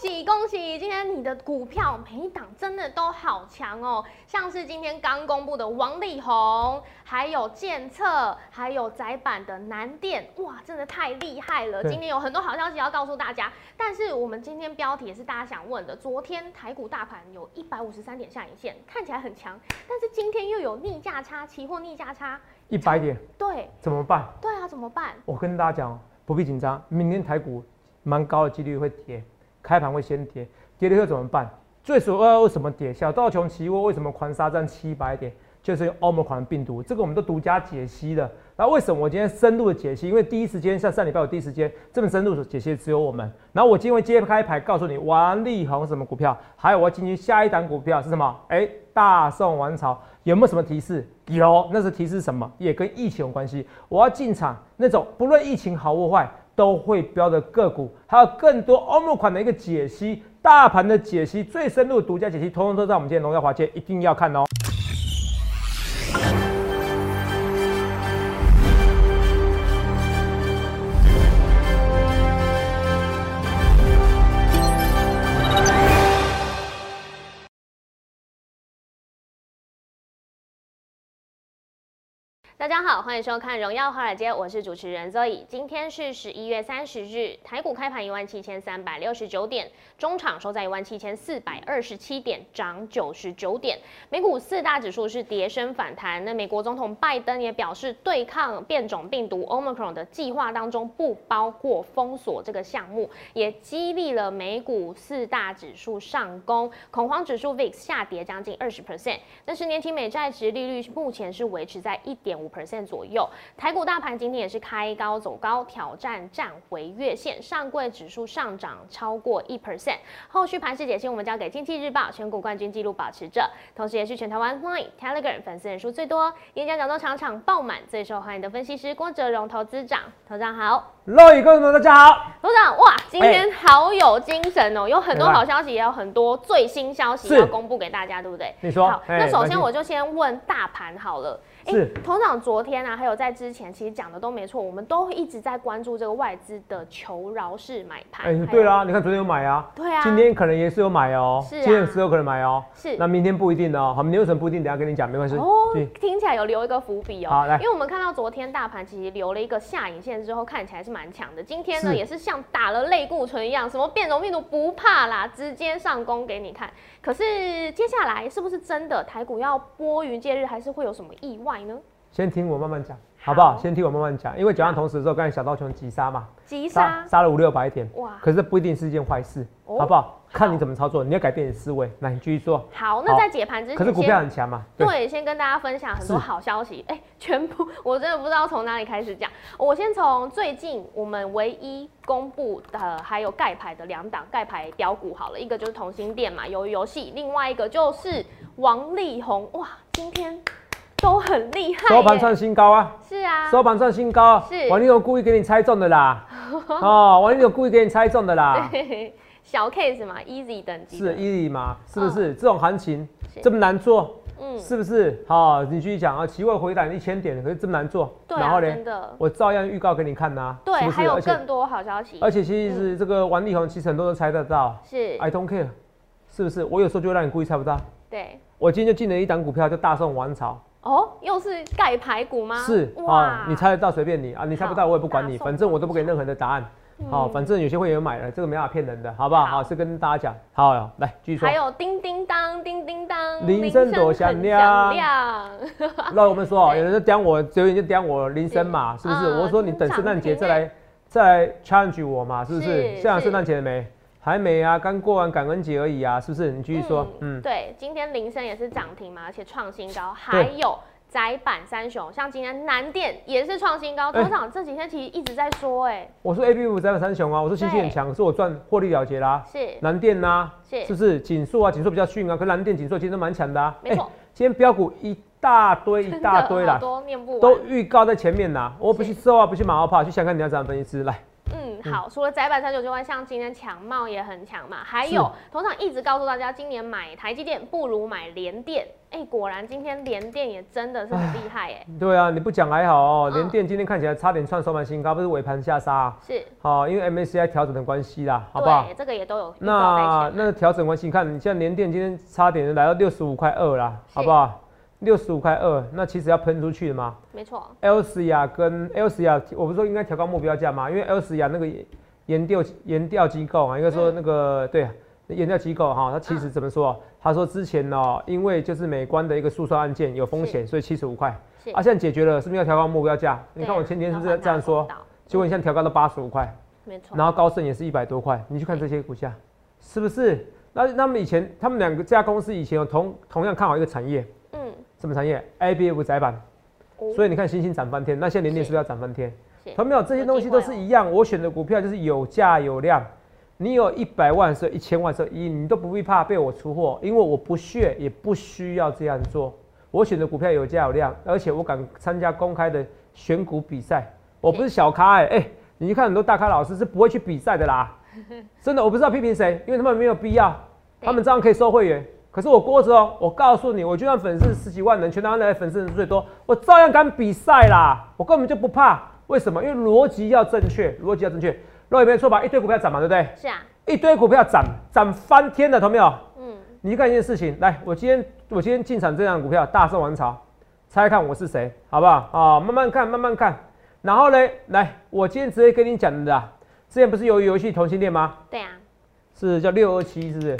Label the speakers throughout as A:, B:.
A: 喜恭喜！今天你的股票每一档真的都好强哦，像是今天刚公布的王力宏，还有建策，还有窄板的南电，哇，真的太厉害了！
B: 对
A: 今天有很多好消息要告诉大家，但是我们今天标题也是大家想问的，昨天台股大盘有一百五十三点下影线，看起来很强，但是今天又有逆价差，期货逆价差，
B: 一百点
A: 对
B: 怎么办？
A: 对啊，怎么办？
B: 我跟大家讲哦，不必紧张，明天台股蛮高的几率会跌，开盘会先跌，跌了以后怎么办？最主要为什么跌？小道琼期货为什么狂杀战七百点？就是有欧盟狂病毒，这个我们都独家解析的。然后为什么我今天深入的解析？因为第一时间像上礼拜我第一时间这么深入的解析的只有我们。然后我今天会揭开牌，告诉你王力宏什么股票，还有我要进行下一档股票是什么？哎，大宋王朝有没有什么提示？有，那是提示什么？也跟疫情有关系。我要进场那种不论疫情好或坏都会标的个股，还有更多欧盟款的一个解析，大盘的解析，最深入的独家解析，通通都在我们今天荣耀华街，一定要看哦。
A: 大家好，欢迎收看《荣耀华尔街》，我是主持人 Zoe。今天是十一月三十日，台股开盘一万七千三百六十九点，中场收在一万七千四百二十七点，涨九十九点。美股四大指数是跌升反弹。那美国总统拜登也表示，对抗变种病毒 Omicron 的计划当中不包括封锁这个项目，也激励了美股四大指数上攻，恐慌指数 VIX 下跌将近二十 percent。那十年期美债值利率目前是维持在一点五 percent 左右。台股大盘今天也是开高走高，挑战站回月线，上柜指数上涨超过一 percent。后续盘势解析我们交给经济日报，全股冠军纪录保持者，同时也是全台湾 Line、Telegram 粉丝人数最多、演讲讲座场场爆满、最受欢迎的分析师郭哲荣投资长。投资长好。
B: 各位观众们，大家好。
A: 董事长，哇，今天好有精神哦，有很多好消息，也有很多最新消息
B: 是
A: 要公布给大家，对不对？
B: 你说
A: 好，
B: 哎
A: 那首
B: 没关系
A: 先我就先问大盘好了。哎
B: 是
A: 董事长昨天啊，还有在之前，其实讲的都没错，我们都一直在关注这个外资的求饶式买盘。
B: 哎、
A: 还有
B: 对，啦，你看昨天有买啊，
A: 对啊
B: 今天可能也是有买哦、
A: 是啊
B: 今天是有可能买哦、
A: 是
B: 那明天不一定哦、好，明天为什么不一定？等一下跟你讲，没关系。
A: 哦
B: 对，
A: 听起来有留一个伏笔哦。
B: 好来
A: 因为我们看到昨天大盘其实留了一个下影线之后，看起来是蛮强的。今天呢，
B: 是
A: 也是像打了类固醇一样，什么变种病毒不怕啦，直接上攻给你看。可是接下来是不是真的台股要拨云见日，还是会有什么意外呢？
B: 先听我慢慢讲，好不好？
A: 好
B: 先听我慢慢讲，因为讲完同时之后，刚才小道琼急杀嘛，
A: 急杀
B: 杀了五六百点，
A: 哇！
B: 可是这不一定是一件坏事，
A: 哦
B: 好不好？看你怎么操作，你要改变你的思维。来，你继续做。
A: 好，那
B: 好
A: 在解盘之前，
B: 可是股票很强嘛？对，
A: 对，先跟大家分享很多
B: 是
A: 好消息。哎、全部 我真的不知道从哪里开始讲。我先从最近我们唯一公布的、还有盖牌的两档盖牌标股好了，一个就是同心店嘛，由于游戏；另外一个就是王力宏。哇，今天都很厉害耶。
B: 收盘创新高啊，
A: 是啊，
B: 收盘创新高啊，
A: 是
B: 王力宏故意给你猜中 的啦，哦，王力宏故意给你猜中的啦，
A: 对 小 case 嘛，easy 等级的
B: 是伊利嘛？是不是？这种行情
A: 嗯是
B: 这么难做，
A: 嗯，
B: 是不是？好，你继续讲啊，期货回档一千点，可是这么难做，
A: 对啊，真的，
B: 我照样预告给你看呐，
A: 对，
B: 是不
A: 还
B: 是？
A: 有
B: 而且
A: 更多好消息
B: 而。哎且其实这个王力宏其实很多人都猜得到。
A: 嗯是，
B: I don't care，是不是？我有时候就会让你故意猜不到。
A: 对，
B: 我今天就进了一档股票，叫大宋王朝，
A: 哦，又是盖牌股吗？
B: 是啊、哦你猜得到随便你啊，你猜不到
A: 好
B: 我也不管你，
A: 大宋嗯
B: 反正我都不给任何人的答案。好、反正有些会员买了，这个没办法骗人的，好不好？
A: 好
B: 好，是跟大家讲。好，来继续说
A: 还。有叮叮当，叮叮当，
B: 铃声多响
A: 很
B: 亮
A: 亮
B: 那我们说哦，
A: 对
B: 有人就刁我，有人就刁我铃声嘛，
A: 是
B: 是不是？
A: 啊
B: 我说你等
A: 经常
B: 圣诞节
A: 听
B: 再来再来 challenge 我嘛，是不
A: 是
B: 是？现在有
A: 是
B: 圣诞节了没？还没啊，刚过完感恩节而已啊，是不是？你 继续说，嗯
A: 对，今天铃声也是涨停嘛，而且创新高，还有。窄板三雄，像今天南电也是创新高，董事长这几天其实一直在说、哎
B: 我说 A B 五三三雄啊，我说信息很强，是我赚获利了结啦、
A: 哎，
B: 南电呐、
A: 是
B: 是不是？锦硕啊，锦硕比较逊啊，可南电、锦硕今天都蛮强的啊。
A: 没错
B: 今天标股一大堆
A: 是
B: 一大堆啦
A: 真的好，多念不完，啊
B: 都预告在前面啦。我不去
A: 是
B: 搜啊，不去马后炮，去想看你要怎样分析师来。
A: 嗯，好，除了窄板三九之外，像今天强茂也很强嘛，还有通常一直告诉大家，今年买台积电不如买联电。哎、果然今天联电也真的是很厉害哎、
B: 对啊，你不讲还好哦，
A: 嗯
B: 联电今天看起来差点创收盘新高，不是尾盘下杀、啊，
A: 是，
B: 好、因为 MSCI 调整的关系啦，好不好？
A: 对，这个也都有预告在
B: 那
A: 前。
B: 那调整关系，你看你像联电今天差点来到六十五块二啦，
A: 是
B: 好不好？六十五块二，那其实要喷出去的嘛。
A: 没错，
B: Elsia 跟 Elsia，我不是说应该调高目标价嘛？因为 Elsia 那个研调研调机构啊，应该说
A: 嗯
B: 那个、对研调机构哈、它其实怎么说？他说之前哦，因为就是美观的一个诉讼案件有风险，所以七十五块。
A: 是。
B: 啊，现在解决了，是不是要调高目标价？你
A: 对
B: 看我前几天是不
A: 要
B: 是
A: 还
B: 这样
A: 他
B: 说
A: 公？道
B: 结果你现在调高到八十五块。
A: 没错，
B: 然后高盛也是一百多块，你去看这些股价，是不是？那那么以前他们两个家公司以前有同同样看好一个产业，
A: 嗯，
B: 什么产业？IBF 窄板，
A: 哦
B: 所以你看星星涨翻天，那现在联电
A: 是
B: 是不是要涨翻天？
A: 是
B: 同没有这些东西都是一样，我选的股票就是有价有量，你有一百万是一千万是一亿，你都不必怕被我出货，因为我不屑也不需要这样做。我选的股票有价有量，而且我敢参加公开的选股比赛，我不是小咖哎、哎、你去看很多大咖老师是不会去比赛的啦，真的，我不知道批评谁，因为他们没有必要，
A: 对
B: 他们这样可以收会员。可是我郭子哦，我告诉你，我就算粉丝十几万人，全台湾的粉丝人数最多，我照样敢比赛啦，我根本就不怕。为什么？因为逻辑要正确，逻辑要正确。若也没错吧，一堆股票涨嘛，对不对？
A: 是啊，
B: 一堆股票涨，涨翻天了，同没有？
A: 嗯，
B: 你去干一件事情，来，我今天我今天进场这档股票大圣王朝，猜看我是谁，好不好？啊、慢慢看，慢慢看。然后呢，来，我今天直接跟你讲的啦，啊之前不是有游戏同性恋吗？
A: 对啊，
B: 是叫六二七，是不是？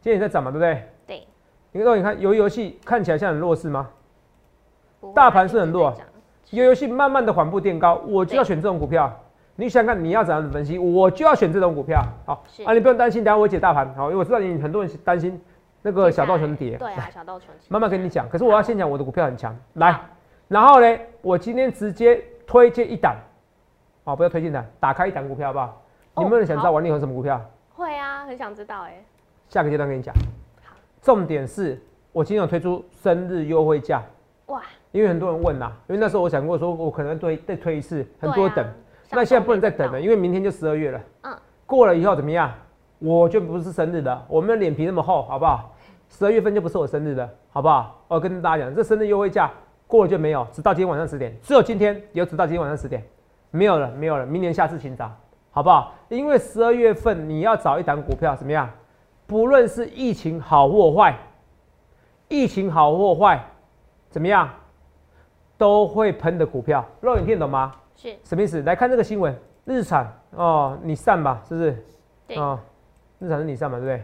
B: 今天也在涨嘛，对不对？
A: 对。
B: 你看，你看，游游戏看起来像很弱势吗？
A: 不会
B: 大盘是很弱啊
A: 一直在涨
B: 游游戏慢慢的缓步垫高，我就要选这种股票。你想看你要怎样的分析，我就要选这种股票。好
A: 是
B: 啊，你不用担心，等一下我解大盘。好，因为我知道你很多人担心那个小道熊跌，
A: 对啊，小道熊跌，
B: 慢慢跟你讲。可是我要先讲我的股票很强，来
A: 好，
B: 然后呢，我今天直接推荐一档，好，不要推荐档，打开一档股票好不好？
A: 哦
B: 你们有人想知道
A: 好
B: 王力宏什么股票？
A: 会啊，很想知道哎，
B: 下个阶段跟你讲
A: 好。
B: 重点是我今天有推出生日优惠价，
A: 哇，
B: 因为很多人问呐，因为那时候我想过说，我可能推再推一次，很多
A: 对啊
B: 等。那现在不能再等了，，因为明天就十二月了。
A: 嗯
B: 过了以后怎么样？我就不是生日了，我们的脸皮那么厚，好不好？十二月份就不是我生日了，好不好？我跟大家讲，这生日优惠价过了就没有，直到今天晚上十点，只有今天有，直到今天晚上十点，没有了，没有了，明年下次请找，好不好？因为十二月份你要找一档股票怎么样？不论是疫情好或坏，疫情好或坏，怎么样，都会喷的股票，肉眼听得懂吗？
A: 是
B: 什么意思？来看这个新闻，日产哦，你上吧，是不是？
A: 对
B: 哦，日产是你上嘛，对不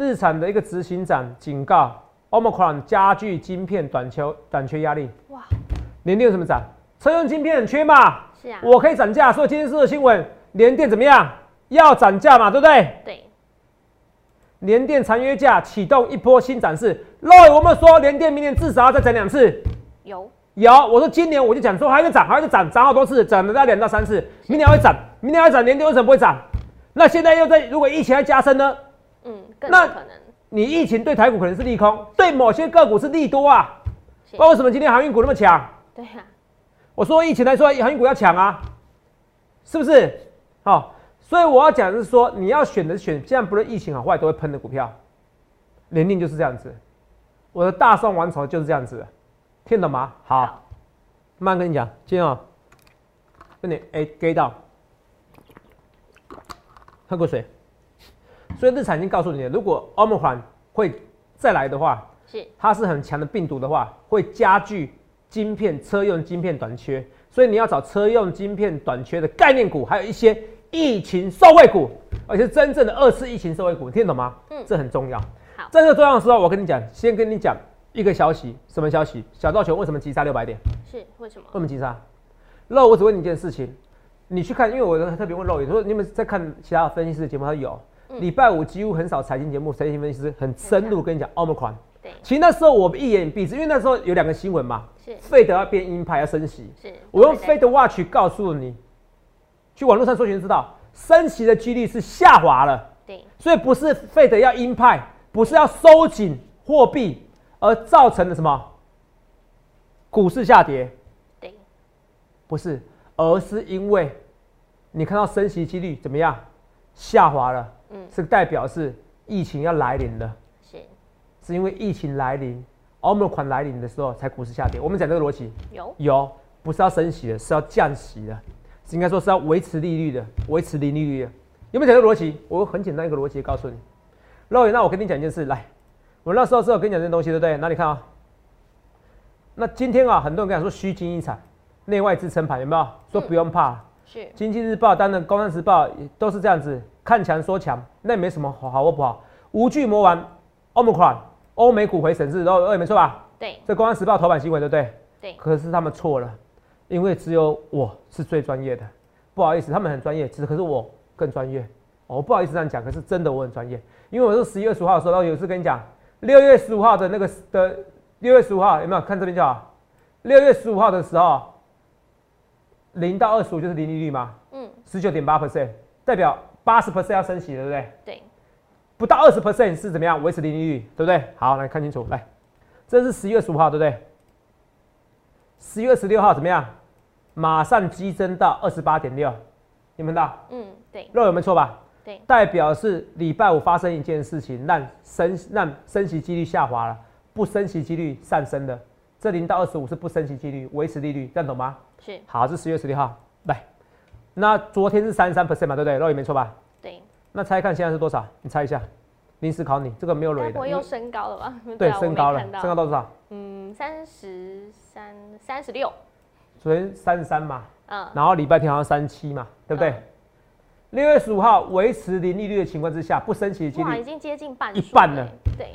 B: 对？日产的一个执行长警告，Omicron 加剧晶片短缺短缺压力。
A: 哇，
B: 联电有什么涨？车用晶片很缺嘛，
A: 是啊，
B: 我可以涨价。所以今天这个新闻，联电怎么样？要涨价嘛，对不对？
A: 对，
B: 联电长约价启动一波新涨势。Roy，我们说联电明年至少要再涨两次。
A: 有
B: 有，我说今年我就讲说还在涨，还在涨，涨好多次，涨了大概两到三次，明年还会涨，明年还会涨，年底为什么不会涨？那现在又在，如果疫情还加深呢？
A: 嗯，更
B: 那
A: 有可能
B: 你疫情对台股可能是利空，对某些个股是利多啊。
A: 是
B: 不知道为什么今天航运股那么强？
A: 对啊，
B: 我说疫情来说，航运股要抢啊，是不是？好、所以我要讲的是说，你要选的是选，现在不论疫情好坏都会喷的股票，联电就是这样子，我的大宋王朝就是这样子，听懂吗？好，
A: 好
B: 慢慢跟你讲，今天啊、跟你哎 get 到，喝口水。所以日产已经告诉你了，如果 Omicron 会再来的话，
A: 是
B: 它是很强的病毒的话，会加剧晶片车用晶片短缺，所以你要找车用晶片短缺的概念股，还有一些疫情受惠股，而且是真正的二次疫情受惠股，你听得懂吗？
A: 嗯
B: 这很重要。
A: 好
B: 在这重要的时候，我跟你讲，先跟你讲一个消息，什么消息？小道熊为什么急杀六百点？
A: 是为什
B: 为
A: 么？
B: 什么急杀？肉，我只问你一件事情，你去看，因为我特别问肉，也说你们在看其他分析师的节目，他说有。
A: 嗯
B: 礼拜五几乎很少财经节目，财经分析师很深入跟你讲 Omicron，
A: 对，
B: 其实那时候我一言以蔽之，因为那时候有两个新闻嘛，
A: 是
B: 费德要变鹰派要升息，
A: 是，
B: 我用
A: 都会在
B: Fed Watch 告诉你，去网络上搜寻就知道，升息的几率是下滑了，
A: 对
B: 所以不是费德要鹰派，不是要收紧货币而造成的什么股市下跌，
A: 对
B: 不是，而是因为你看到升息几率怎么样？下滑了，
A: 嗯
B: 这个代表是疫情要来临了，
A: 是
B: 是因为疫情来临，澳门款来临的时候才股市下跌。我们讲这个逻辑
A: 有
B: 有，不是要升息的，是要降息的，是应该说是要维持利率的，维持零利率的。有没有讲这个逻辑？我有很简单一个逻辑告诉你。肉眼，那我跟你讲一件事，来，我那时候是有跟你讲这些东西，对不对？那你看啊，那今天啊，很多人跟我说虚惊一场，内外支撑盘有没有？说不用怕。
A: 是
B: 经济日报、当然《工商时报》也都是这样子，看强说强，那也没什么好好或不好。无惧魔丸、欧盟款、欧美股回审是，然后也没错吧？
A: 对
B: 这《工商时报》头版新闻对不对？
A: 对
B: 可是他们错了，因为只有我是最专业的，不好意思，他们很专业，只是可是我更专业。哦我不好意思这样讲，可是真的我很专业，因为我是十一月十五号的时候，然后有一次跟你讲，六月十五号的那个的六月十五号有没有看这边就好？六月十五号的时候，零到二十五就是零利率嘛，
A: 嗯
B: 十九点八 percent，代表八十 percent 要升息，对不对？
A: 对
B: 不到二十 percent 是怎么样维持零利率，对不对？好，来看清楚，来，这是十月十五号，对不对？十月十六号怎么样？马上激增到二十八点六，你们到
A: 嗯对
B: 肉有没有错吧？
A: 对
B: 代表是礼拜五发生一件事情，让升让升息几率下滑了，不升息几率上升的。这零到二十五是不升息几率，维持利率，这样懂吗？
A: 是
B: 好，这十月十六号来。那昨天是三十三 percent 嘛，对不对？肉也没错吧？
A: 对，
B: 那猜看现在是多少？你猜一下，临时考你，这个没有
A: 该
B: 累
A: 不
B: 的
A: 会
B: 因
A: 又
B: 为。
A: 升高了吧？
B: 对，
A: 啊我
B: 升
A: 没
B: 高了，
A: 看到
B: 升高到多少？
A: 嗯三十三三十六，
B: 昨天三十三嘛，
A: 嗯
B: 然后礼拜天好像三七嘛，对不对
A: 嗯？
B: 六、月十五号维持零利率的情况之下，不升息的
A: 嗯
B: 几
A: 哇已
B: 率，
A: 经接近半
B: 一
A: 数
B: 半了
A: 欸，对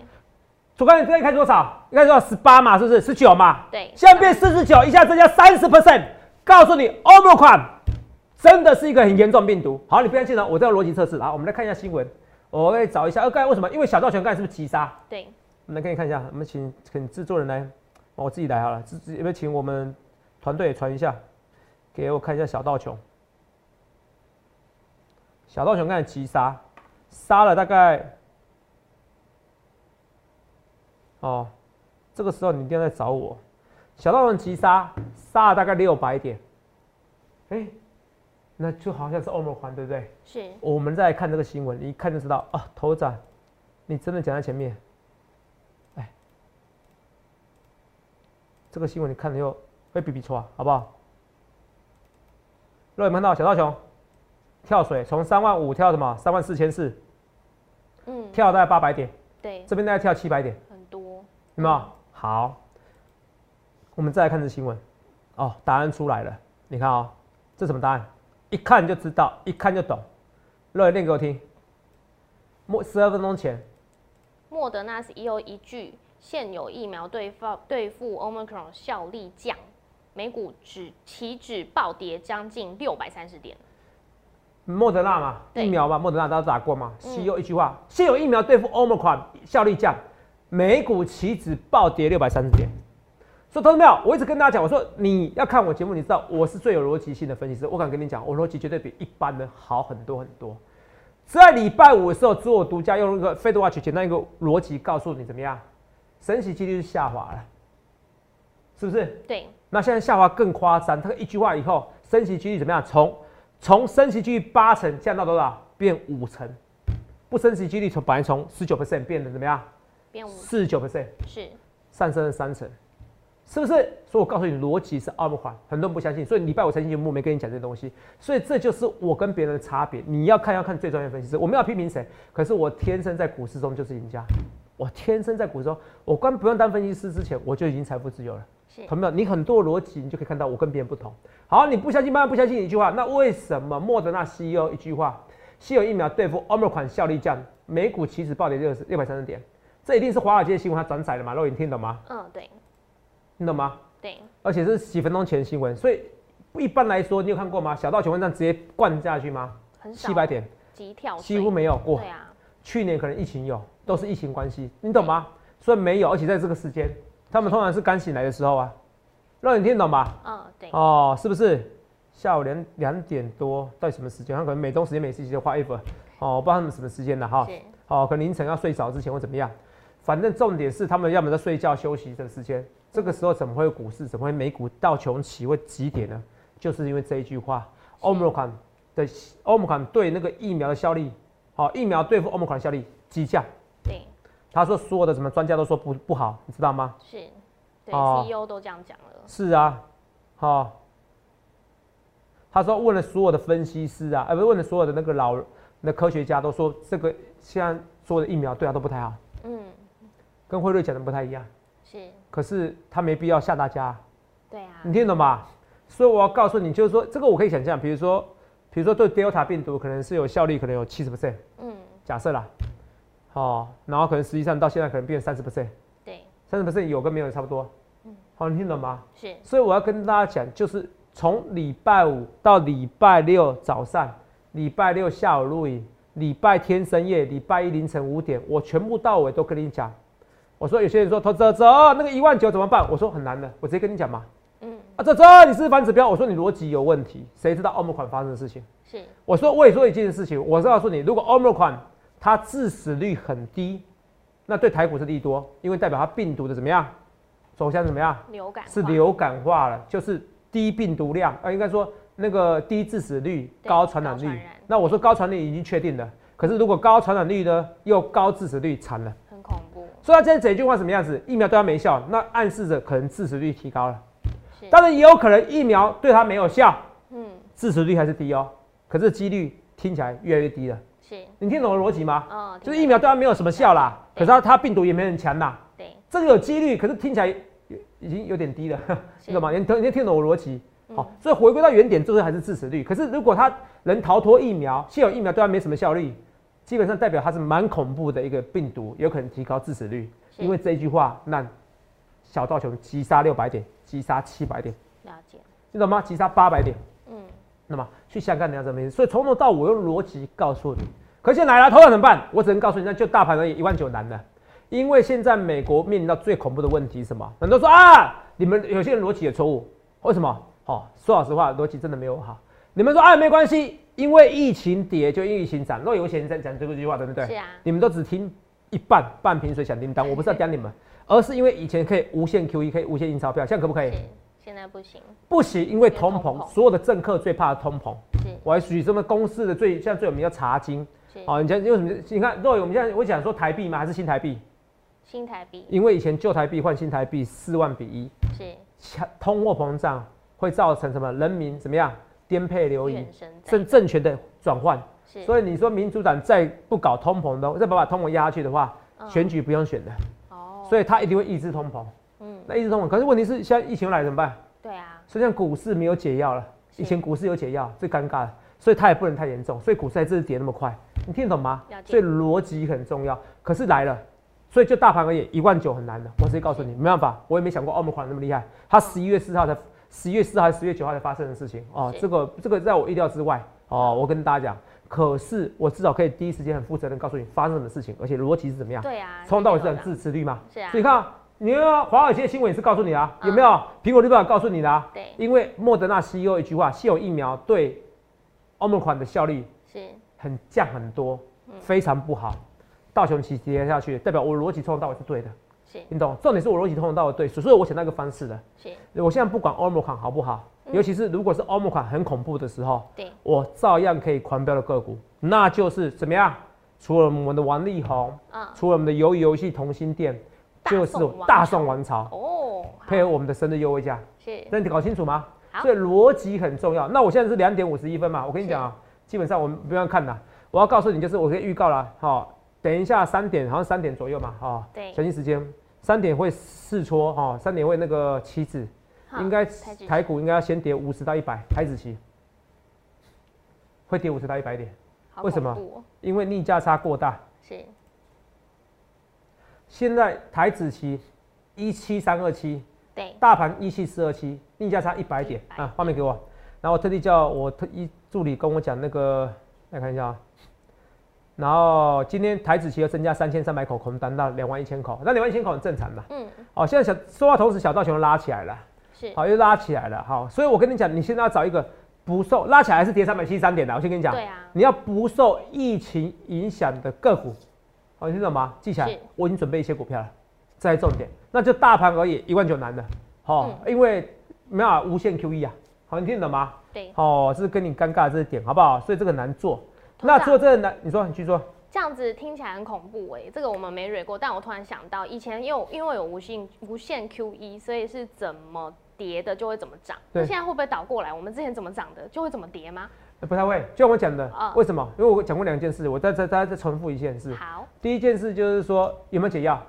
B: 昨天你最开始多少？一开始多少？十八嘛，是不是？十九嘛，
A: 对，
B: 现在变四十九，一下增加三十 percent，告诉你 Omicron 真的是一个很严重的病毒。好，你不相信呢？哦我这个逻辑测试，好，我们来看一下新闻，我会找一下，呃，刚才为什么？因为小道拳刚才是不是急杀？
A: 对
B: 我们来给你看一下，我们请请制作人来，哦我自己来好了，制制有没有请我们团队传一下，给我看一下小道熊。小道熊刚才急杀，杀了大概，哦，这个时候你一定要来找我。小道熊急杀，杀了大概六百点，哎、那就好像是欧盟环，对不对？
A: 是
B: 我们再来看这个新闻，你一看就知道啊，头仔，你真的讲在前面，哎，这个新闻你看了又会比比错啊，好不好？肉眼看到小道熊跳水，从三万五跳什么？三万四千四，
A: 嗯
B: 跳大概八百点，
A: 对
B: 这边大概跳七百点，
A: 很多
B: 有没有？好，我们再来看这新闻，哦，答案出来了，你看哦，这什么答案？一看就知道，一看就懂。肉眼念给我听。末十二分钟前，
A: 莫德纳是也有一句，现有疫苗对付对付 Omicron 效力降，美股指期指暴跌将近六百三十点。
B: 莫德纳嘛，
A: 对
B: 疫苗嘛，莫德纳大家都打过嘛。
A: 嗯
B: CEO 一句话，现有疫苗对付 Omicron 效率降，美股期指暴跌六百三十点。所以，投资朋友，我一直跟大家讲，我说你要看我节目，你知道我是最有逻辑性的分析师，我敢跟你讲，我逻辑绝对比一般人好很多很多。在礼拜五的时候，只有我独家用一个 Fed Watch 简单一个逻辑告诉你怎么样，升息几率是下滑了，是不是？
A: 对，
B: 那现在下滑更夸张，它一句话以后升息几率怎么样？从从升息几率八成降到多少？变五成，不升息几率从本来从十九 percent 变成怎么样？
A: 变五
B: 四十九 percent
A: 是
B: 上升了三成，是不是？所以我告诉你，逻辑是奥秘环，很多人不相信，所以礼拜五财经节目没跟你讲这些东西，所以这就是我跟别人的差别。你要看要看最专业分析师，我们要批评谁？可是我天生在股市中就是赢家，我天生在股市中，我刚不用当分析师之前，我就已经财富自由了。
A: 是
B: 朋友们，你很多逻辑，你就可以看到我跟别人不同。好，你不相信，慢慢不相信一句话，那为什么莫德纳 CEO 一句话，E 稀有疫苗对付 Omicron 效力降，美股期指暴跌六六百三十点？这一定是华尔街新闻它转载的嘛？肉眼听懂吗？
A: 嗯对
B: 你懂吗？
A: 对
B: 而且是几分钟前新闻，所以一般来说，你有看过吗？小道琼文站直接灌下去吗？
A: 很少
B: 七百点
A: 急跳水
B: 几乎没有过
A: 对，啊
B: 去年可能疫情有，都是疫情关系，你懂吗？所以没有，而且在这个时间，他们通常是刚醒来的时候啊，肉眼听懂吧？
A: 嗯对
B: 哦，是不是？下午两两点多到底什么时间？他可能美东时间、美西时间花一分。哦，我不知道他们什么时间的哈。
A: 是
B: 哦，可能凌晨要睡着之前或怎么样。反正重点是他们要么在睡觉休息的时间，这个时候怎么会有股市？怎么会美股到穷期会几点呢？就是因为这一句话
A: 是
B: ，Omicron 的欧姆 n 对那个疫苗的效力，好、疫苗对付欧姆 n 效力极降。
A: 对，
B: 他说所有的什么专家都说不不好，你知道吗？
A: 是，对、
B: 哦
A: CEO 都这样讲了，
B: 是啊，好、他说问了所有的分析师啊，呃，不是问了所有的那个老那科学家都说这个现在所有的疫苗对他都不太好，
A: 嗯，
B: 跟辉瑞讲的不太一样。
A: 是，
B: 可是他没必要吓大家啊、
A: 对啊，
B: 你听懂吗？所以我要告诉你，就是说这个我可以想象，比如说，比如说对 Delta 病毒可能是有效率，可能有七十 percent，
A: 嗯，
B: 假设啦，哦，然后可能实际上到现在可能变三十 percent，
A: 对，
B: 三十 percent 有跟没有差不多。好，你听懂吗？
A: 是，
B: 所以我要跟大家讲，就是从礼拜五到礼拜六早上，礼拜六下午录影，礼拜天深夜，礼拜一凌晨五点，我全部到尾都跟你讲。我说有些人说投资者那个一万九怎么办？我说很难的，我直接跟你讲嘛。
A: 嗯，
B: 啊，这这你是反指标，我说你逻辑有问题，谁知道欧盟款发生的事情？
A: 是，
B: 我说我也说一件事情，我是告诉你，如果欧盟款它致死率很低，那对台股是利多，因为代表它病毒的怎么样走向怎么样
A: 流感
B: 是
A: 化，
B: 流感化了，就是低病毒量，呃，应该说那个低致死率、
A: 对
B: 高传染
A: 高
B: 率
A: 传染。
B: 那我说高传染率已经确定了，可是如果高传染率呢又高致死率，惨了。
A: 很恐怖，
B: 所以他今天整句话什么样子？疫苗对他没效，那暗示着可能致死率提高了。
A: 是，
B: 当然也有可能疫苗对它没有效，
A: 嗯，
B: 致死率还是低哦。可是几率听起来越来越低了。
A: 是，
B: 你听懂我的逻辑吗？
A: 哦，
B: 就是
A: 听
B: 疫苗对它没有什么效啦，可是它它病毒也没很强啦。
A: 懂对，
B: 这个有几率，可是听起来有已经有点低了，
A: 是
B: 你懂吗？你听你听懂我的逻辑？
A: 嗯
B: 好、所以回归到原点，最后还是致死率。可是如果它能逃脱疫苗，现有疫苗对它没什么效率，基本上代表它是蛮恐怖的一个病毒，有可能提高致死率。
A: 是
B: 因为这一句话，让小道琼急杀六百点，急杀七百点，
A: 了解，
B: 你懂吗？急杀八百点。
A: 嗯，
B: 那么去香港你要怎么意思？所以从头到尾我用逻辑告诉你。可现在来了，头场怎么办？我只能告诉你，那就大盘而已，一万九难了。因为现在美国面临到最恐怖的问题是什么？很多人说啊，你们有些人逻辑也错误，为什么？哦，说老实话，逻辑真的没有好。你们说啊，没关系，因为疫情跌就因为疫情涨。若有些人在讲这个句话，对不对？
A: 是啊
B: 你们都只听一半，半瓶水响叮当。我不是要讲你们，而是因为以前可以无限 E，QE，可以无限印钞票，现在可不可以？
A: 是，现在不行，
B: 不行，因为通
A: 通
B: 膨，
A: 膨
B: 所有的政客最怕通膨。
A: 是，
B: 我还举什么公司的最现在最有名叫茶金，
A: 是，
B: 好、你讲为什么？你看，若有我们现在我讲说台币吗？还是新台币？
A: 新台币
B: 因为以前旧台币换新台币四万比一，
A: 是
B: 强通货膨胀会造成什么？人民怎么样颠沛流离
A: 怨，声载
B: 政政权的转换。
A: 是，
B: 所以你说民主党再不搞通膨的，再不把通膨压下去的话，
A: 嗯
B: 选举不用选了，
A: 哦，
B: 所以他一定会抑制通膨。
A: 嗯，
B: 那抑制通膨，可是问题是现在疫情来怎么办？
A: 对啊，
B: 所以像股市没有解药了，
A: 是
B: 以前股市有解药，最尴尬了，所以它也不能太严重，所以股市才这次跌那么快，你听得懂吗
A: 了？解
B: 所以逻辑很重要。可是来了，所以就大盘而言，一万九很难的，我直接告诉你，没办法，我也没想过澳门款那么厉害，它十一月四号才，十一月四号还是十月九号才发生的事情哦，
A: 是
B: 这个这个在我意料之外哦，我跟大家讲。可是我至少可以第一时间很负责任告诉你发生什么事情，而且逻辑是怎么样。
A: 对啊，
B: 从头到尾是
A: 这
B: 很
A: 个
B: 自持率嘛。
A: 是啊
B: 所以你看啊，你看华尔街新闻也是告诉你啊，
A: 嗯
B: 有没有？苹果日报也告诉你的啊。
A: 对
B: 因为莫德纳 CEO 一句话，现有疫苗对欧盟款的效率
A: 是
B: 很降很多，
A: 嗯
B: 非常不好。道琼斯跌下去，代表我逻辑从头到尾是对的，
A: 是
B: 你懂？重点是我逻辑从头到尾对，所以我想到一个方式了。
A: 是，
B: 我现在不管欧盟款好不好，
A: 嗯
B: 尤其是如果是欧盟款很恐怖的时候，
A: 对，
B: 我照样可以狂飙的个股，那就是怎么样？除了我们的王力宏，
A: 嗯，
B: 除了我们的鱿鱼游戏同心店，
A: 大
B: 就是
A: 宋王
B: 大宋王朝，
A: 哦，好
B: 配合我们的生日优惠价，
A: 是
B: 那你搞清楚吗？
A: 好
B: 所以逻辑很重要。那我现在是两点五十一分嘛，我跟你讲啊，基本上我们不用看啦。我要告诉你，就是我可以预告啦，好、等一下三点，好像三点左右嘛，哈、哦，
A: 对
B: 小心时间，三点会试搓，哈、哦，三点会那个棋子，
A: 好
B: 应该
A: 台指
B: 台股应该要先跌五十到一百，台子棋会跌五十到一百点，
A: 好
B: 为什
A: 恐
B: 么
A: 怖哦
B: 因为逆价差过大。
A: 是
B: 现在台子期一七三二七，
A: 对
B: 大盘一七四二七，逆价差一百点
A: 100
B: 啊，画面给我。然后我特地叫我特一助理跟我讲那个，来看一下啊。然后今天台子期又增加三千三百口空单到两万一千口，那两万一千口很正常的。
A: 嗯
B: 哦，现在小说话同时，小道熊拉起来了，
A: 是
B: 好又拉起来了，好，所以我跟你讲，你现在要找一个不受拉起来还是跌三百七十三点的，我先跟你讲，
A: 对啊
B: 你要不受疫情影响的个股，好，你听懂吗？记起来
A: 是，
B: 我已经准备一些股票了，这才重点，那就哦
A: 嗯
B: 大盘而已，一万九难的，好、因为没有啊无限 QE E 啊，好，你听懂吗？
A: 对，
B: 哦，是跟你尴尬的这一点，好不好？所以这个难做。
A: 通
B: 那
A: 常
B: 除了这个难，你说你去说，
A: 这样子听起来很恐怖哎、这个我们没蕊过，但我突然想到，以前因为因为有无限无限 QE，所以是怎么跌的就会怎么涨。那
B: 对
A: 现在会不会倒过来？我们之前怎么涨的就会怎么跌吗？
B: 呃不太会，就像我讲的
A: 嗯，
B: 为什么？因为我讲过两件事，我再再再再重复一件事。
A: 好，
B: 第一件事就是说有没有解药？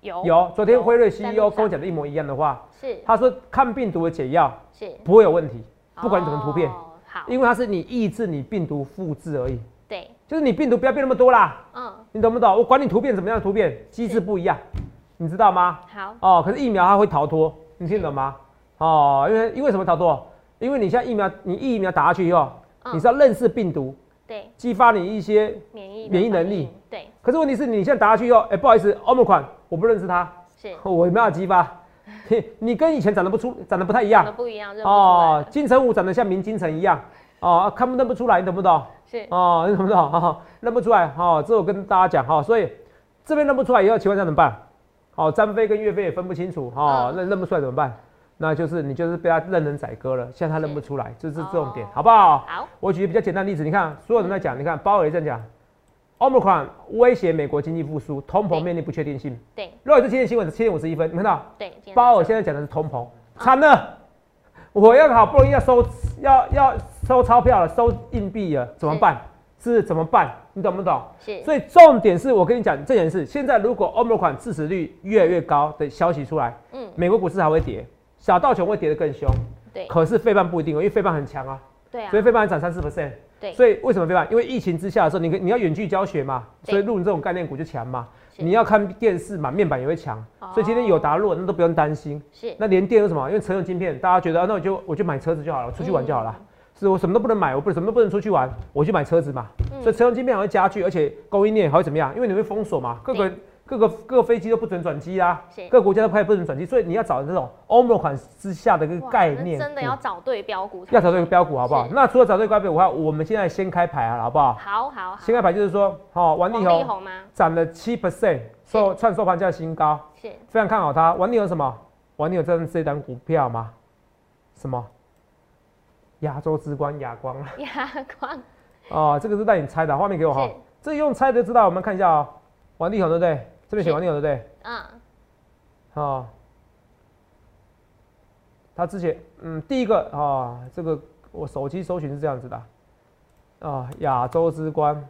A: 有
B: 有，昨天辉瑞
A: 在路
B: CEO 跟我
A: 上
B: 讲的一模一样的话，
A: 是
B: 他说抗病毒的解药
A: 是，
B: 不会有问题，不管你怎么突变，
A: 哦、好，
B: 因为它是你抑制你病毒复制而已，
A: 对，
B: 就是你病毒不要变那么多啦，
A: 嗯，
B: 你懂不懂？我管你突变怎么样的突变，机制不一样，你知道吗？
A: 好，
B: 哦，可是疫苗它会逃脱，你听懂吗？哦，因为因为什么逃脱？因为你现在疫苗，你疫苗打下去以后，
A: 嗯
B: 你是要认识病毒，
A: 对，
B: 激发你一些。
A: 免疫的
B: 免疫能
A: 反
B: 力
A: 应，对，
B: 可是问题是你现在打下去以后，哎、不好意思，奥密克戎我不认识它，
A: 是
B: 我没办法激发。你你跟以前长得不出，长得不太一
A: 长
B: 样
A: 得。不一样，认不出来
B: 哦
A: 了，，
B: 金城武长得像明金城一样，哦，看不认不出来，你懂不懂？
A: 是
B: 哦，你懂不懂？哦，认不出来，哦，这我跟大家讲哈、哦，所以这边认不出来以后，请问这样怎么办？哦，张飞跟岳飞也分不清楚，哦，
A: 嗯
B: 认、认不出来怎么办？那就是你就是被他任人宰割了，现在他认不出来，就是这种点，
A: 哦
B: 好不好？
A: 好，
B: 我举个比较简单的例子，你看所有人在讲，你看鲍尔也在讲，Omicron 威胁美国经济复苏，通
A: 对
B: 膨面临不确定性。
A: 对
B: 如果是今天新闻是七点五十一分，你看到
A: 对，今天啊
B: 鲍尔
A: 早上
B: 现在讲的是通膨，惨了！我要好不容易要收要要收钞票了，收硬币了，怎么办？是怎么办？你懂不懂？
A: 是
B: 所以重点是我跟你讲这件事。现在如果欧盟款致死率越来越高的消息出来，
A: 嗯
B: 美国股市还会跌，小道琼会跌得更凶。
A: 对
B: 可是费半不一定哦，因为费半很强啊，
A: 对啊
B: 所以费半还涨三四 percent。
A: 对
B: 所以为什么费半？因为疫情之下的时候，你跟你要远距教学嘛，
A: 对
B: 所以录你这种概念股就强嘛。
A: 是哦
B: 你要看电视嘛，面板也会强，所以今天有达弱，那都不用担心。
A: 是
B: 那连电有什么？因为车用晶片，大家觉得、啊、那我就我就买车子就好了，我出去玩就好了。
A: 嗯
B: 是我什么都不能买，我不什么都不能出去玩，我去买车子嘛。
A: 嗯
B: 所以车用晶片还会加剧，而且供应链还会怎么样？因为你会封锁嘛，各个各个各个飞机都不准转机啊
A: 嗯是，
B: 各个国家都开始不准转机，所以你要找这种欧盟款之下的一个
A: 哇
B: 概
A: 那
B: 念股，嗯
A: 真的要找对标股才
B: 要找这个标股好不好？
A: 是
B: 那除了找这个标股的话，我们现在先开牌啊，好不好？
A: 好好好，
B: 先开牌就是说，好、哦，王
A: 王
B: 力
A: 力
B: 宏
A: 宏吗？
B: 涨了七 percent，收创收盘价新高。
A: 是
B: 非常看好它。王力宏什么？王力宏这这档股票吗？什么？亚洲之光，亚光 啊！
A: 亚光，
B: 哦，这个是带你猜的，画面给我哈
A: 是。
B: 这用猜的知道，我们看一下哦。王力宏对不对？这
A: 是
B: 边写王力宏对不
A: 嗯，
B: 对？哦，他之前嗯，第一个哦，这个我手机搜寻是这样子的啊，哦亚、洲之光。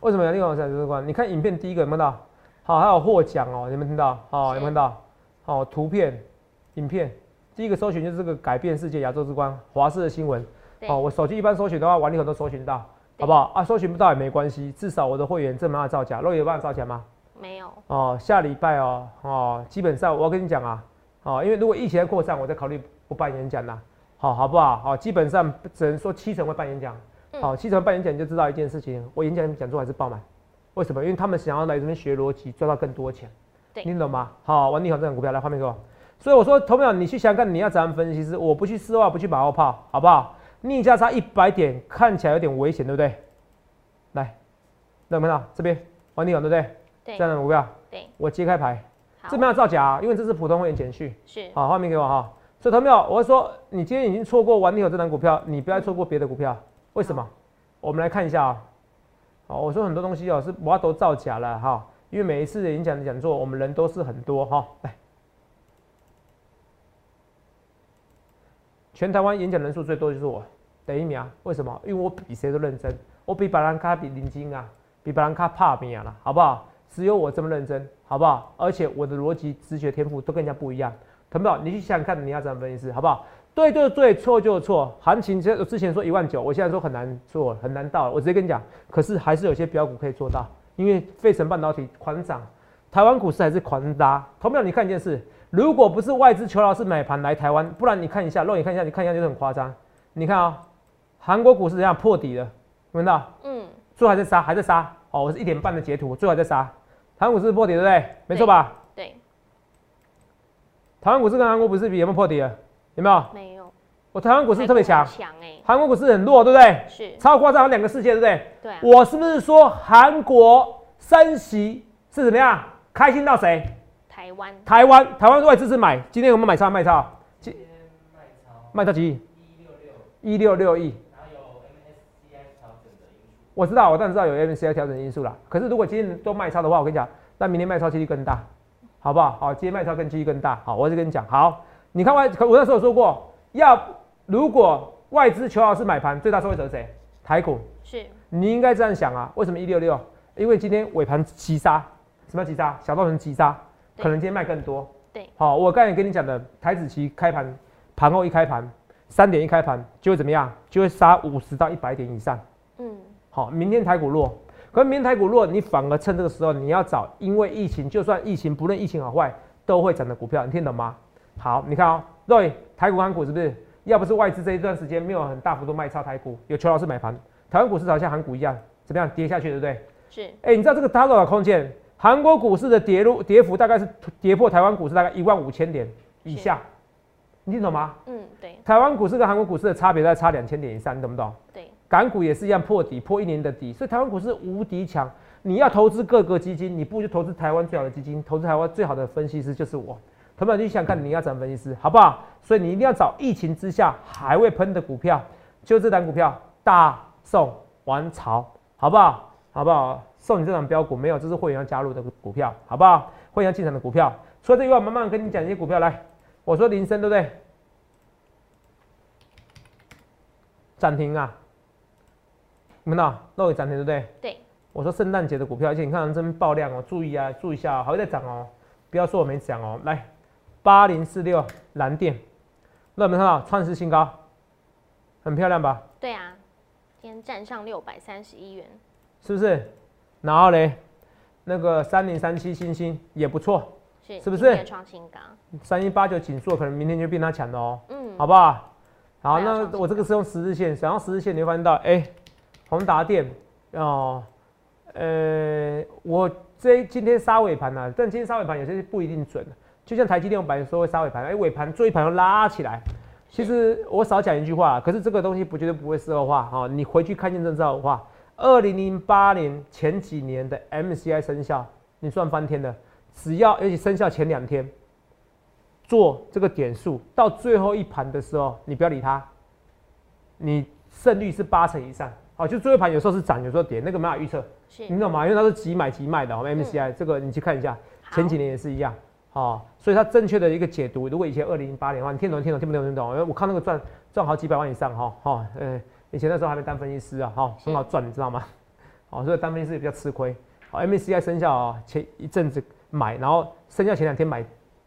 B: 为什么王力宏是亚洲之光？你看影片第一个有没有看到？好，还有获奖哦，你们听到？好、
A: 是
B: 有没有看到？好、图片、影片，第一个搜寻就是这个改变世界亚洲之光华视的新闻。
A: 对
B: 好、我手机一般搜寻的话，王力宏都搜寻到，
A: 对
B: 好不好？啊，搜寻不到也没关系，至少我的会员正版的造假，肉眼办法造假吗？
A: 没有，
B: 哦，下礼拜哦，哦，基本上我要跟你讲啊，哦，因为如果疫情在扩散，我再考虑不办演讲啦，好、好不好？好、基本上只能说七成会办演讲，哦
A: 嗯
B: 好、七成办演讲你就知道一件事情，我演讲讲座还是爆满，为什么？因为他们想要来这边学逻辑，赚到更多钱，
A: 对
B: 你懂吗？好、王力宏这种股票来画面给我，所以我说，投票你去想想看，你要怎样分析师，我不去丝袜，不去马后炮，好不好？逆价差一百点看起来有点危险，对不对？来，那有没有看到这边王力宏对不对？
A: 对
B: 这样的股票。
A: 对，
B: 我揭开牌，
A: 好
B: 这没有造假、啊，因为这是普通会员简讯。
A: 是
B: 好，画面给我哈。所以投票，我会说你今天已经错过完你有这档股票，你不要错过别的股票。为什么？我们来看一下啊。好，我说很多东西哦、是我要都造假了哈，因为每一次的演讲的讲座，我们人都是很多哈。来，全台湾演讲人数最多就是我，等一秒，为什么？因为我比谁都认真，我比巴兰卡比林金啊，比巴兰卡帕米亚啦，好不好？只有我这么认真，好不好？而且我的逻辑、直觉、天赋都跟人家不一样。腾宝，你去想想看，你要怎么分析，好不好？对就对，错就错。行情之之前说一万九，我现在说很难做，很难到。我直接跟你讲，可是还是有些标股可以做到，因为费城半导体狂涨，台湾股市还是狂拉。同样，你看一件事，如果不是外资求饶是买盘来台湾，不然你看一下，肉眼看一下，你看一下就是很夸张。你看啊、韩国股市这样破底了，有没有看到？
A: 嗯，
B: 最后还在杀，还在杀。哦，我是一点半的截图，最后还在杀。台湾股市破底，对不对？没错吧？
A: 对，
B: 台湾股市跟韩国股市比，有没有破底了？有没有？
A: 没有，
B: 我台湾股市特别强，
A: 强哎，
B: 韩国股市很弱，对不对？
A: 是，
B: 超夸张，两个世界，对不对？
A: 对啊，
B: 我是不是说韩国升息是怎么样？开心到谁？
A: 台湾
B: 台湾，台湾外资是买，今天有没有买超卖超？今
C: 卖超
B: 卖到几亿？一六六亿。我知道，我当然知道有 MCI 调整因素啦。可是如果今天都卖超的话，我跟你讲，那明天卖超几率更大，好不好？好，今天卖超更几率更大。好，我就跟你讲，好，你看外，可我那时候有说过，要如果外资求老是买盘，最大受惠者是谁？台股。
A: 是
B: 你应该这样想啊，为什么一六六？因为今天尾盘急杀，什么叫急杀？小道人急杀，
A: 对
B: 可能今天卖更多。
A: 对，
B: 好、我刚才跟你讲的，台子期开盘，盘后一开盘，三点一开盘就会怎么样？就会杀五十到一百点以上。
A: 嗯，
B: 好、明天台股弱，可是明天台股弱，你反而趁这个时候，你要找因为疫情，就算疫情不论疫情好坏都会涨的股票，你听懂吗？好，你看哦，对，台股、港股是不是？要不是外资这一段时间没有很大幅度卖超台股，有邱老师买盘，台湾股市好像韩股一样，怎么样跌下去，对不对？
A: 是
B: 哎、你知道这个它多少空间？韩国股市的跌入跌幅大概是跌破台湾股市大概一万五千点以下，你听懂吗？
A: 嗯，对
B: 台湾股市跟韩国股市的差别在差两千点以上，你懂不懂？
A: 对，
B: 港股也是一样破底，破一年的底，所以台湾股市无敌强。你要投资各个基金，你不如就投资台湾最好的基金，投资台湾最好的分析师就是我。同学们，你想看你要找分析师好不好？所以你一定要找疫情之下还会喷的股票，就这档股票大宋王朝，好不好？好不好？送你这档标股没有，这是会员要加入的股票，好不好？会员要进场的股票。除了这以外，慢慢跟你讲一些股票来。我说林森对不对？涨停啊！你们看到肉也涨停对不对？
A: 对。
B: 我说圣诞节的股票，而且你看这边爆量哦，注意啊，注意一下、哦，还会再涨哦，不要说我没讲哦。来，八零四六蓝电，那我们看到创世新高，很漂亮吧？
A: 对啊，今天站上六百三十一元，
B: 是不是？然后嘞，那个三零三七星星也不错，
A: 是
B: 是不
A: 今天
B: 是
A: 创新高？
B: 三一八九紧缩可能明天就变它强了哦，
A: 嗯，
B: 好不好？好，
A: 对啊创
B: 那
A: 新
B: 我这个是用十日线，想要十日线，你会发现到，哎、宏达电哦，呃，我这今天杀尾盘啊，但今天杀尾盘有些不一定准，就像台积电我本来说会杀尾盘，哎、尾盘追盘又拉起来。其实我少讲一句话，可是这个东西不绝对不会事后话哈、哦，你回去看见证之后的话，二零零八年前几年的 MCI 生效，你算翻天的，只要而且生效前两天做这个点数，到最后一盘的时候，你不要理它，你胜率是八成以上。好，就最后一盘有时候是涨，有时候跌，那个没法预测，
A: 是
B: 你懂吗？因为它是急买急卖的，我们 MCI、这个你去看一下，前几
A: 好
B: 年也是一样。哦，所以它正确的一个解读，如果以前二零零八年的话，你听懂听懂听不懂听不懂？因为我看那个赚赚好几百万以上哈哈、哦呃，以前那时候还没当分析师啊哈、哦，
A: 是
B: 很好赚，你知道吗？哦，所以当分析师也比较吃亏。哦好，MSCI 生效啊、前一阵子买，然后生效前两天买，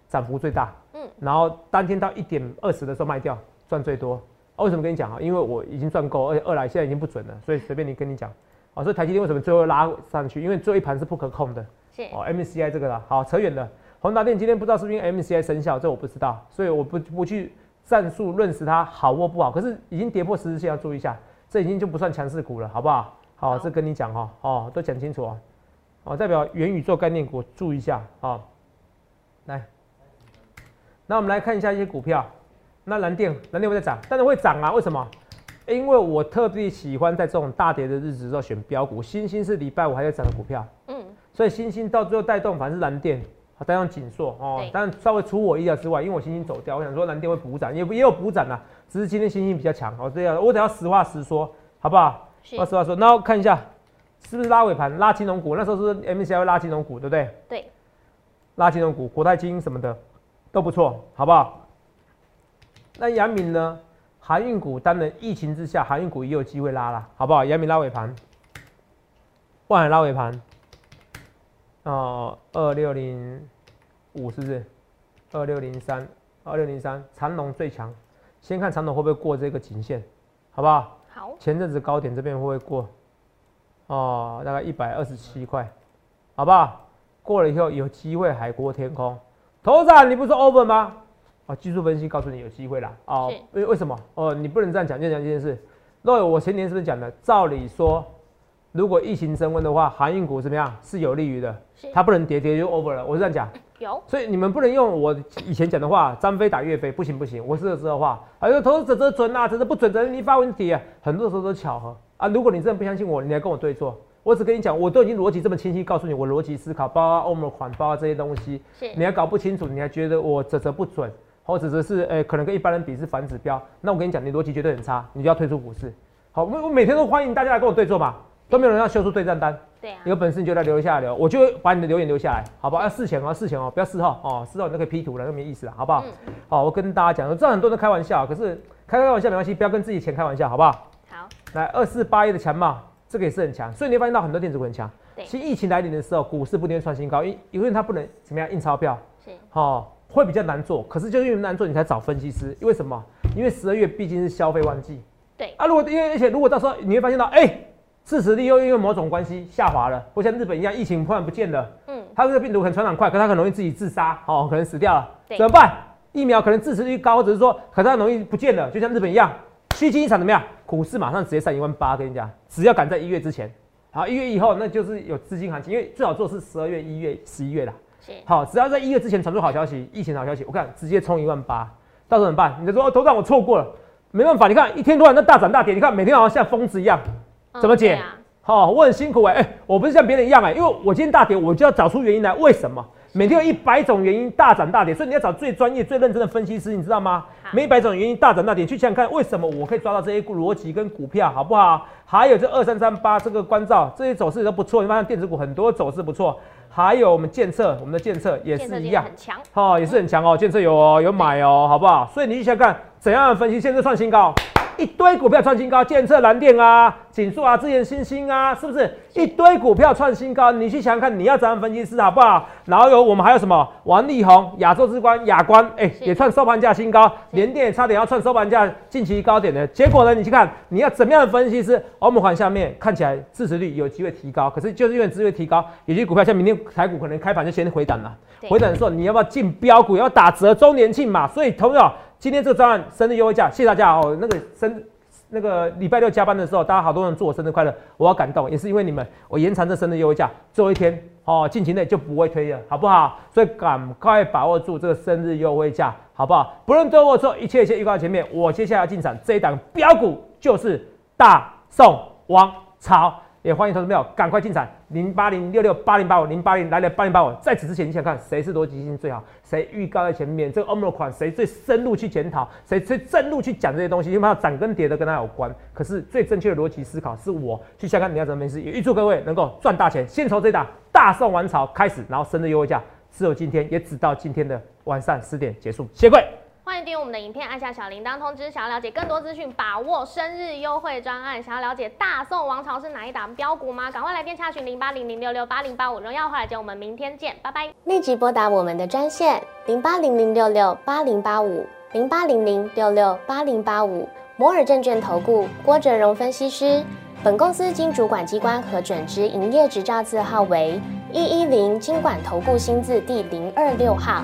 B: 涨幅最大，
A: 嗯
B: 嗯，然后当天到一点二十的时候卖掉，赚最多。哦、为什么跟你讲啊？因为我已经赚够，而且二来现在已经不准了，所以随便你跟你讲。哦，所以台积电为什么最后拉上去？因为最后一盘是不可控的。
A: 是
B: 哦，MCI 这个啦，好扯远了。宏达电今天不知道是不是因为 MCI 生效，这我不知道，所以我不不去战术论述它好或不好。可是已经跌破十日线，要注意一下，这已经就不算强势股了，好不好？好，
A: 好
B: 这跟你讲哦，哦，都讲清楚哦。哦，代表元宇宙概念股注意一下哦。来，那我们来看一下一些股票。那蓝电，蓝电会在涨，但是会涨啊？为什么？因为我特地喜欢在这种大跌的日子的时候选标股，星星是礼拜五还在涨的股票。
A: 嗯
B: 所以星星到最后带动反正是蓝电，好带动紧缩哦
A: 对，
B: 但稍微出我意料之外，因为我星星走掉，我想说蓝电会补涨，也不也有补涨啦，啊只是今天星星比较强哦，这样我得要实话实说，好不好？
A: 是
B: 我实话说，那我看一下是不是拉尾盘拉金融股，那时候是 MCI 拉金融股，对不对？
A: 对，
B: 拉金融股、国泰金什么的都不错，好不好？那阳明呢？航运股当然疫情之下，航运股也有机会拉啦，好不好？阳明拉尾盘，万海拉尾盘，哦、二六零五是不是？二六零三，二六零三，长龙最强，先看长龙会不会过这个颈线，好不好？
A: 好
B: 前阵子高点这边会不会过？哦，大概一百二十七块，好不好？过了以后有机会海阔天空。头长，你不是 over 吗？哦，技术分析告诉你有机会啦。哦，
A: 是
B: 为为什么？哦，你不能这样讲，就讲这件事。那我前年是不是讲的？照理说，如果疫情升温的话，航运股怎么样是有利于的？
A: 是
B: 它不能跌，跌就 over 了。我是这样讲。
A: 有
B: 所以你们不能用我以前讲的话，张飞打岳飞，不行不行，我是这时候话，哎呦，投资者这准啊，这是不准，这是你发问题啊，很多时候都是巧合啊。如果你真的不相信我，你来跟我对坐，我只跟你讲，我都已经逻辑这么清晰，告诉你我逻辑思考，包括欧盟款，包括这些东西，
A: 是
B: 你还搞不清楚，你还觉得我这这不准，或者是呃可能跟一般人比是反指标，那我跟你讲，你逻辑绝对很差，你就要退出股市。好，我我每天都欢迎大家来跟我对坐嘛，都没有人要修出对账单。
A: 对啊，
B: 有本事你就来留下来留，我就会把你的留言留下来，好不好？要事前哦，事前哦，不要事后哦，事后你那个 P 图了，那没意思了，好不好？
A: 嗯，
B: 好，我跟大家讲，我知道很多人都开玩笑，可是开开玩笑没关系，不要跟自己钱开玩笑，好不好？
A: 好，
B: 来，二四八一的强嘛，这个也是很强，所以你会发现到很多电子股很强。
A: 对
B: 其实疫情来临的时候，股市不一定会创新高，因因为它不能怎么样印钞票，
A: 是，
B: 哦，会比较难做。可是就是因为难做，你才找分析师，因为什么？因为十二月毕竟是消费旺季。
A: 对，
B: 啊，如果因为而且如果到时候你会发现到，哎、致死率又因为某种关系下滑了，或像日本一样疫情突然不见了，
A: 嗯，
B: 它这个病毒可能传染快，可它很容易自己自杀，哦，可能死掉了，
A: 对
B: 怎么办？疫苗可能致死率高，只是说可它很容易不见了，就像日本一样，虚惊一场怎么样？股市马上直接上一万八，跟你讲，只要赶在一月之前，好，一月以后那就是有资金行情，因为最好做是十二月、一月、十一月啦。
A: 是，
B: 好，只要在一月之前传出好消息，疫情好消息，我看直接冲一万八，到时候怎么办？你就说、哦、头长我错过了，没办法，你看一天突然那大涨大跌，你看每天好像像疯子一样。
A: 嗯
B: 怎么解
A: 对啊
B: 好、我很辛苦哎、哎、我不是像别人一样哎、因为我今天大跌，我就要找出原因来，为什么？每天有一百种原因大涨大跌，所以你要找最专业、最认真的分析师，你知道吗
A: 好？
B: 每一百种原因大涨大跌，去想想看为什么我可以抓到这些逻辑跟股票，好不好？还有这二三三八这个关照，这些走势都不错，你发现电子股很多走势不错，还有我们建测，我们的建测也
A: 建设
B: 是
A: 力
B: 一样。
A: 很强，
B: 哦，也是很强哦，建设有哦，有买哦，好不好？所以你去想想看怎样的分析，建设创新高，一堆股票创新高，建设蓝电啊、锦硕啊、资源新星啊，是不是一堆股票创新高？你去想想看，你要怎样分析师好不好？然后有我们还有什么王力宏、亚洲之光、亚光，哎、
A: 是
B: 也创收盘价新高，联电也差点要创收盘价近期高点的。结果呢，你去看你要怎么样的分析师，欧盟环下面看起来支持率有机会提高，可是就是因为支持率提高，有些股票像明天台股可能开盘就先回档了。
A: 对
B: 回档的时候，你要不要进标股？要打折周年庆嘛？所以，朋友，今天这个专案生日优惠价，谢谢大家哦。那个生那个礼拜六加班的时候，大家好多人祝我生日快乐，我好感动，也是因为你们，我延长这生日优惠价，最后一天哦，近期内就不会推了，好不好？所以赶快把握住这个生日优惠价，好不好？不论对或错，一切一切预告在前面。我接下来进场这一档标股就是大宋王朝。也欢迎投资朋友赶快进场，零八零六六八零八五零八零来了八零八五，在此之前你想看谁是逻辑性最好，谁预告在前面，这个 o m i 款谁最深入去检讨，谁最深入去讲这些东西，因为它涨跟跌的跟它有关。可是最正确的逻辑思考是我去想看你要怎么分析，也预祝各位能够赚大钱。先从这档大宋王朝开始，然后生日优惠价只有今天，也只到今天的晚上十点结束，谢谢各位。
A: 欢迎订阅我们的影片，按下小铃铛通知。想要了解更多资讯，把握生日优惠专案，想要了解大宋王朝是哪一档标股吗？赶快来电洽询零八零零六六八零八五。荣耀华尔街，我们明天见，拜拜。
C: 立即拨打我们的专线零八零零六六八零八五零八零零六六八零八五摩尔证券投顾郭哲荣分析师。本公司经主管机关核准之营业执照字号为一一零金管投顾新字第零二六号。